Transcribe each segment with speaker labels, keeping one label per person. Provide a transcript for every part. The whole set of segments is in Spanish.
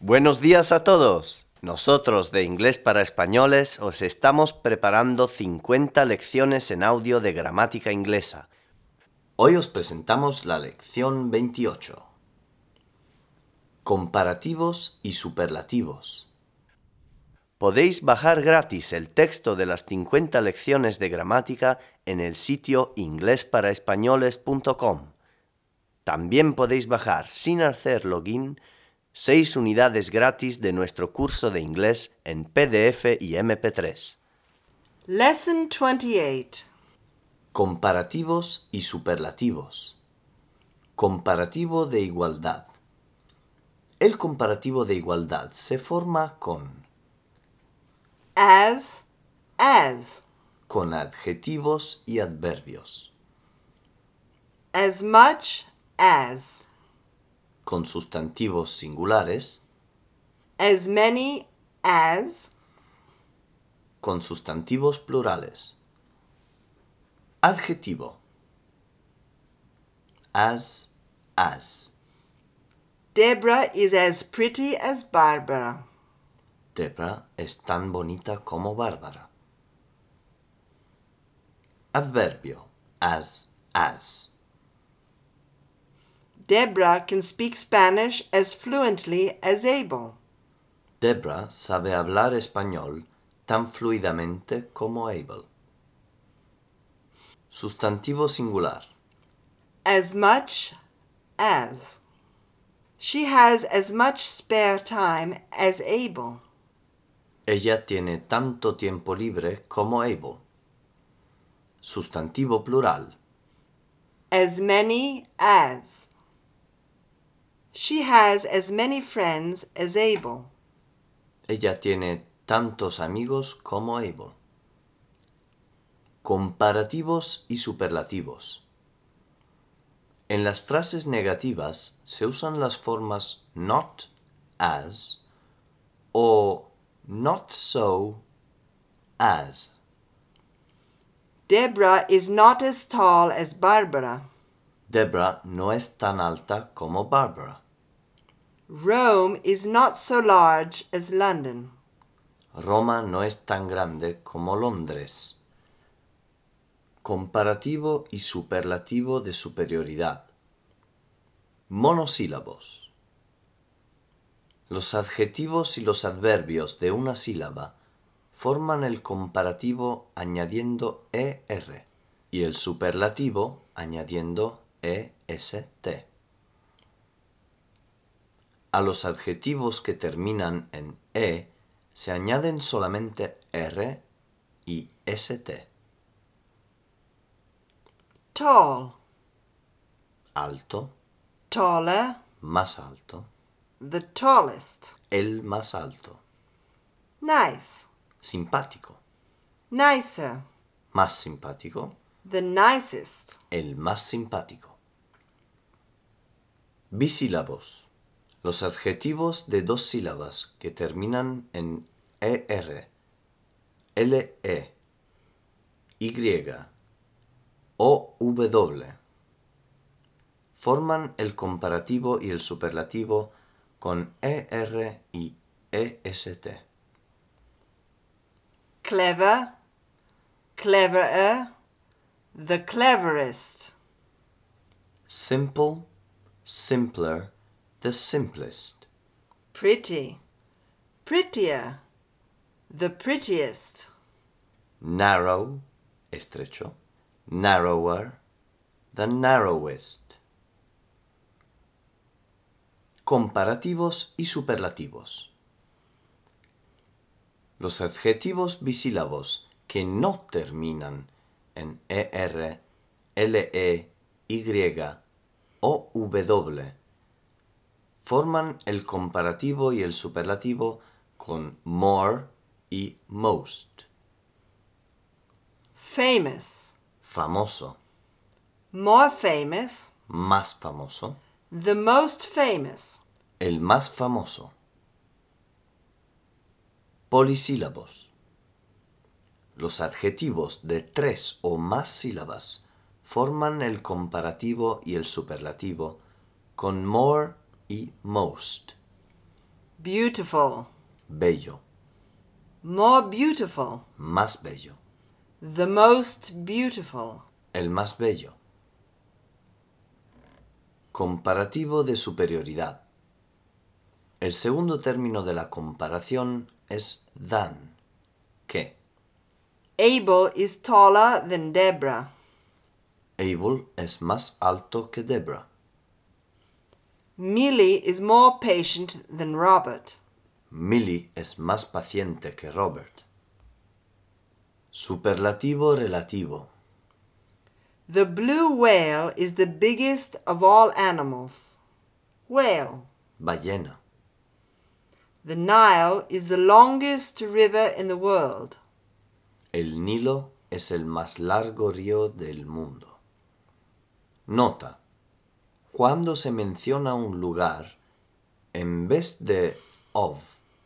Speaker 1: Buenos días a todos. Nosotros de Inglés para Españoles os estamos preparando 50 lecciones en audio de gramática inglesa. Hoy os presentamos la lección 28. Comparativos y superlativos. Podéis bajar gratis el texto de las 50 lecciones de gramática en el sitio inglesparaespañoles.com. También podéis bajar sin hacer login 6 unidades gratis de nuestro curso de inglés en PDF y MP3.
Speaker 2: Lesson 28.
Speaker 1: Comparativos y superlativos. Comparativo de igualdad. El comparativo de igualdad se forma con
Speaker 2: As, as,
Speaker 1: con adjetivos y adverbios,
Speaker 2: as much as,
Speaker 1: con sustantivos singulares,
Speaker 2: as many as,
Speaker 1: con sustantivos plurales. Adjetivo. As, as.
Speaker 2: Deborah is as pretty as Barbara.
Speaker 1: Debra es tan bonita como Bárbara. Adverbio. As, as.
Speaker 2: Deborah can speak Spanish as fluently as Abel.
Speaker 1: Debra sabe hablar español tan fluidamente como Abel. Sustantivo singular.
Speaker 2: As much as. She has as much spare time as Abel.
Speaker 1: Ella tiene tanto tiempo libre como Abel. Sustantivo plural.
Speaker 2: As many as. She has as many friends as Abel.
Speaker 1: Ella tiene tantos amigos como Abel. Comparativos y superlativos. En las frases negativas se usan las formas not as o not so as.
Speaker 2: Deborah is not as tall as Barbara.
Speaker 1: Debra no es tan alta como Barbara.
Speaker 2: Rome is not so large as London.
Speaker 1: Roma no es tan grande como Londres. Comparativo y superlativo de superioridad. Monosílabos. Los adjetivos y los adverbios de una sílaba forman el comparativo añadiendo ER y el superlativo añadiendo E EST. A los adjetivos que terminan en E se añaden solamente R y ST.
Speaker 2: Tall,
Speaker 1: Alto,
Speaker 2: taller,
Speaker 1: más alto,
Speaker 2: the tallest.
Speaker 1: el más alto.
Speaker 2: Nice,
Speaker 1: Simpático,
Speaker 2: nicer,
Speaker 1: más simpático,
Speaker 2: the nicest.
Speaker 1: el más simpático. Bisílabos. Los adjetivos de dos sílabas que terminan en ER, LE, E. Y o W forman el comparativo y el superlativo con ER y EST.
Speaker 2: Clever, cleverer, the cleverest.
Speaker 1: Simple, simpler, the simplest.
Speaker 2: Pretty, prettier, the prettiest.
Speaker 1: narrow, estrecho, narrower, the narrowest. Comparativos y superlativos. Los adjetivos bisílabos que no terminan en er, le, y o w forman el comparativo y el superlativo con more y most.
Speaker 2: Famous,
Speaker 1: famoso,
Speaker 2: more famous,
Speaker 1: más famoso,
Speaker 2: the most famous.
Speaker 1: el más famoso. Polisílabos. Los adjetivos de tres o más sílabas forman el comparativo y el superlativo con more y most.
Speaker 2: beautiful,
Speaker 1: bello,
Speaker 2: more beautiful,
Speaker 1: más bello,
Speaker 2: the most beautiful,
Speaker 1: el más bello. Comparativo de superioridad. El segundo término de la comparación es dan, que
Speaker 2: Abel is taller than Deborah.
Speaker 1: Abel es más alto que Debra.
Speaker 2: Millie is more patient than Robert.
Speaker 1: Millie es más paciente que Robert. Superlativo relativo.
Speaker 2: The blue whale is the biggest of all animals. Whale.
Speaker 1: Ballena.
Speaker 2: The Nile is the longest river in the world.
Speaker 1: El Nilo es el más largo río del mundo. Nota. Cuando se menciona un lugar, en vez de of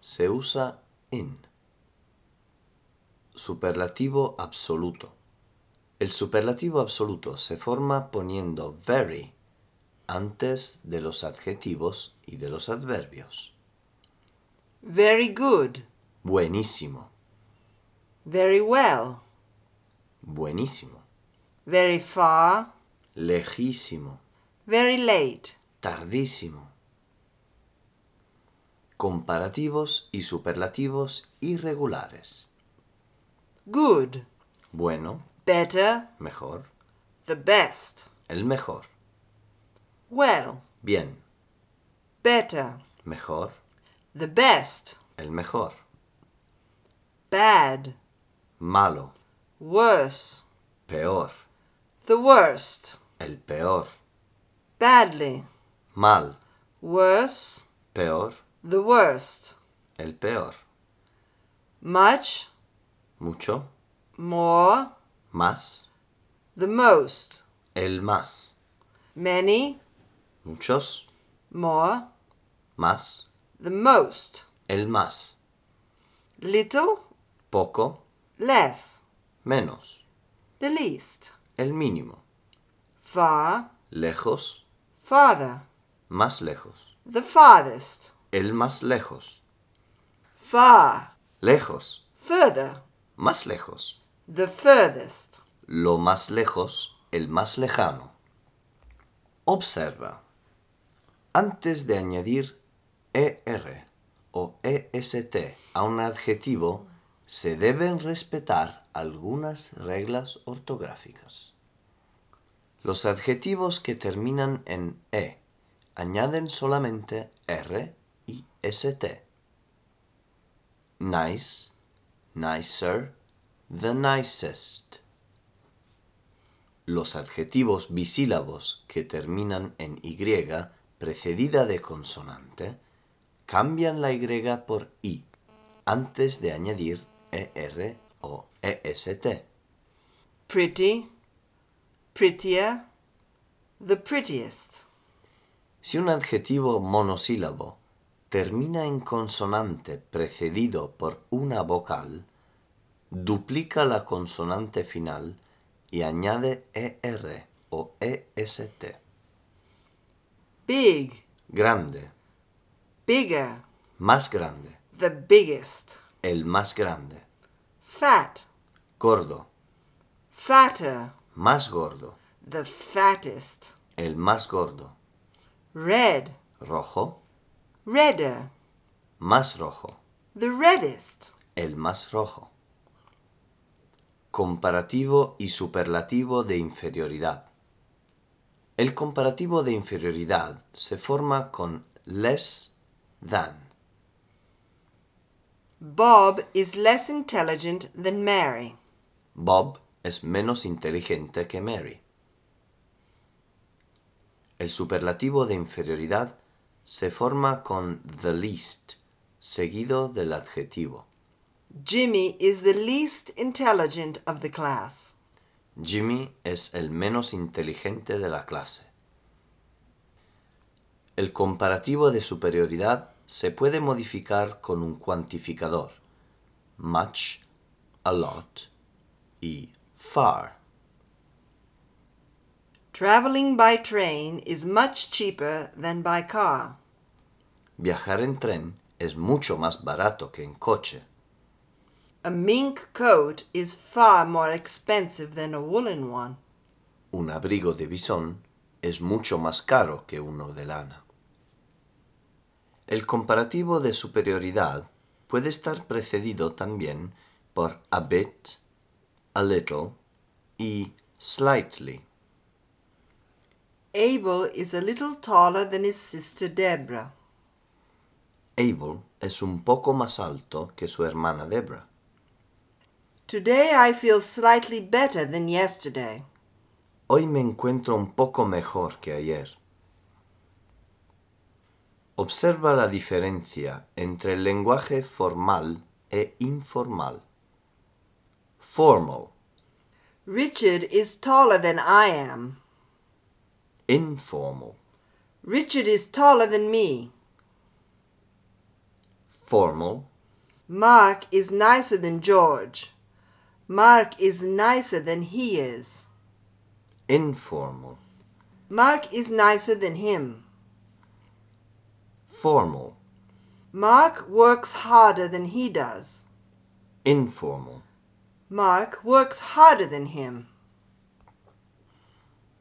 Speaker 1: se usa in. Superlativo absoluto. El superlativo absoluto se forma poniendo very antes de los adjetivos y de los adverbios.
Speaker 2: Very good.
Speaker 1: Buenísimo,
Speaker 2: Very well.
Speaker 1: buenísimo,
Speaker 2: Very far.
Speaker 1: lejísimo,
Speaker 2: Very late.
Speaker 1: tardísimo. Comparativos y superlativos irregulares.
Speaker 2: Good.
Speaker 1: Bueno,
Speaker 2: Better.
Speaker 1: mejor,
Speaker 2: The best.
Speaker 1: el mejor.
Speaker 2: Well.
Speaker 1: Bien,
Speaker 2: Better.
Speaker 1: mejor,
Speaker 2: The best.
Speaker 1: el mejor.
Speaker 2: Bad.
Speaker 1: Malo,
Speaker 2: Worse.
Speaker 1: peor,
Speaker 2: The worst.
Speaker 1: el peor.
Speaker 2: Badly.
Speaker 1: Mal,
Speaker 2: Worse.
Speaker 1: peor,
Speaker 2: The worst.
Speaker 1: el peor.
Speaker 2: Much.
Speaker 1: Mucho,
Speaker 2: More.
Speaker 1: más,
Speaker 2: The most.
Speaker 1: el más.
Speaker 2: Many.
Speaker 1: Muchos,
Speaker 2: More.
Speaker 1: más,
Speaker 2: The most.
Speaker 1: el más.
Speaker 2: Little.
Speaker 1: Poco,
Speaker 2: Less.
Speaker 1: menos,
Speaker 2: The least.
Speaker 1: el mínimo.
Speaker 2: Far.
Speaker 1: Lejos,
Speaker 2: Farther.
Speaker 1: más lejos.
Speaker 2: The farthest.
Speaker 1: El más lejos.
Speaker 2: Far.
Speaker 1: Lejos,
Speaker 2: Further.
Speaker 1: más lejos.
Speaker 2: The furthest.
Speaker 1: Lo más lejos, el más lejano. Observa. Antes de añadir ER o EST a un adjetivo, se deben respetar algunas reglas ortográficas. Los adjetivos que terminan en E añaden solamente R y ST. Nice, nicer, the nicest. Los adjetivos bisílabos que terminan en Y precedida de consonante cambian la Y por I antes de añadir ER o EST.
Speaker 2: Pretty. Prettier. The prettiest.
Speaker 1: Si un adjetivo monosílabo termina en consonante precedido por una vocal, duplica la consonante final y añade ER o EST.
Speaker 2: Big.
Speaker 1: Grande,
Speaker 2: Bigger.
Speaker 1: más grande,
Speaker 2: The biggest.
Speaker 1: el más grande.
Speaker 2: Fat.
Speaker 1: Gordo,
Speaker 2: Fatter.
Speaker 1: más gordo,
Speaker 2: The fattest.
Speaker 1: el más gordo.
Speaker 2: Red.
Speaker 1: Rojo,
Speaker 2: Redder.
Speaker 1: más rojo,
Speaker 2: The reddest.
Speaker 1: el más rojo. Comparativo y superlativo de inferioridad. El comparativo de inferioridad se forma con less than.
Speaker 2: Bob is less intelligent than Mary.
Speaker 1: Bob es menos inteligente que Mary. El superlativo de inferioridad se forma con the least, seguido del adjetivo.
Speaker 2: Jimmy is the least intelligent of the class.
Speaker 1: Jimmy es el menos inteligente de la clase. El comparativo de superioridad se puede modificar con un cuantificador. Much, a lot y far.
Speaker 2: Traveling by train is much cheaper than by car.
Speaker 1: Viajar en tren es mucho más barato que en coche.
Speaker 2: A mink coat is far more expensive than a woolen one.
Speaker 1: Un abrigo de bisón es mucho más caro que uno de lana. El comparativo de superioridad puede estar precedido también por a bit, a little y slightly.
Speaker 2: Abel is a little taller than his sister Deborah.
Speaker 1: Abel es un poco más alto que su hermana Debra.
Speaker 2: Today I feel slightly better than yesterday.
Speaker 1: Hoy me encuentro un poco mejor que ayer. Observa la diferencia entre el lenguaje formal e informal. Formal,
Speaker 2: Richard is taller than I am.
Speaker 1: informal,
Speaker 2: Richard is taller than me.
Speaker 1: formal,
Speaker 2: Mark is nicer than George. Mark is nicer than he is.
Speaker 1: informal,
Speaker 2: Mark is nicer than him.
Speaker 1: formal,
Speaker 2: Mark works harder than he does.
Speaker 1: informal.
Speaker 2: Mark works harder than him.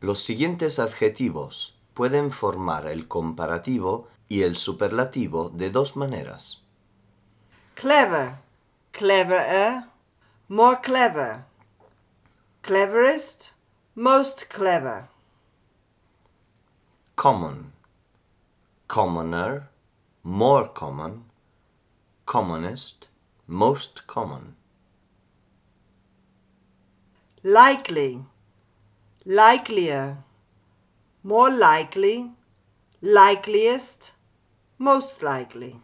Speaker 1: Los siguientes adjetivos pueden formar el comparativo y el superlativo de dos maneras.
Speaker 2: Clever, cleverer, more clever. Cleverest, most clever.
Speaker 1: common, commoner, more common, commonest, most common,
Speaker 2: likely, likelier, more likely, likeliest, most likely,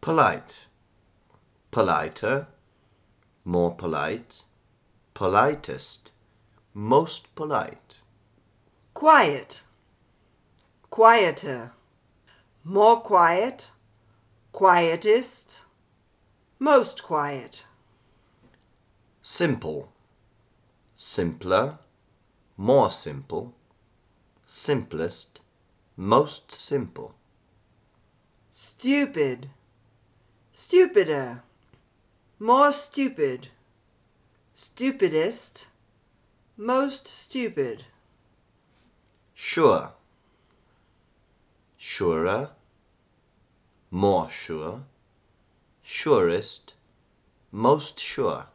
Speaker 1: polite, politer, more polite, politest, most polite,
Speaker 2: quiet, quieter, more quiet, quietest, most quiet,
Speaker 1: simple, simpler, more simple, simplest, most simple,
Speaker 2: stupid, stupider, more stupid, stupidest, most stupid.
Speaker 1: sure, surer, more sure, surest, most sure.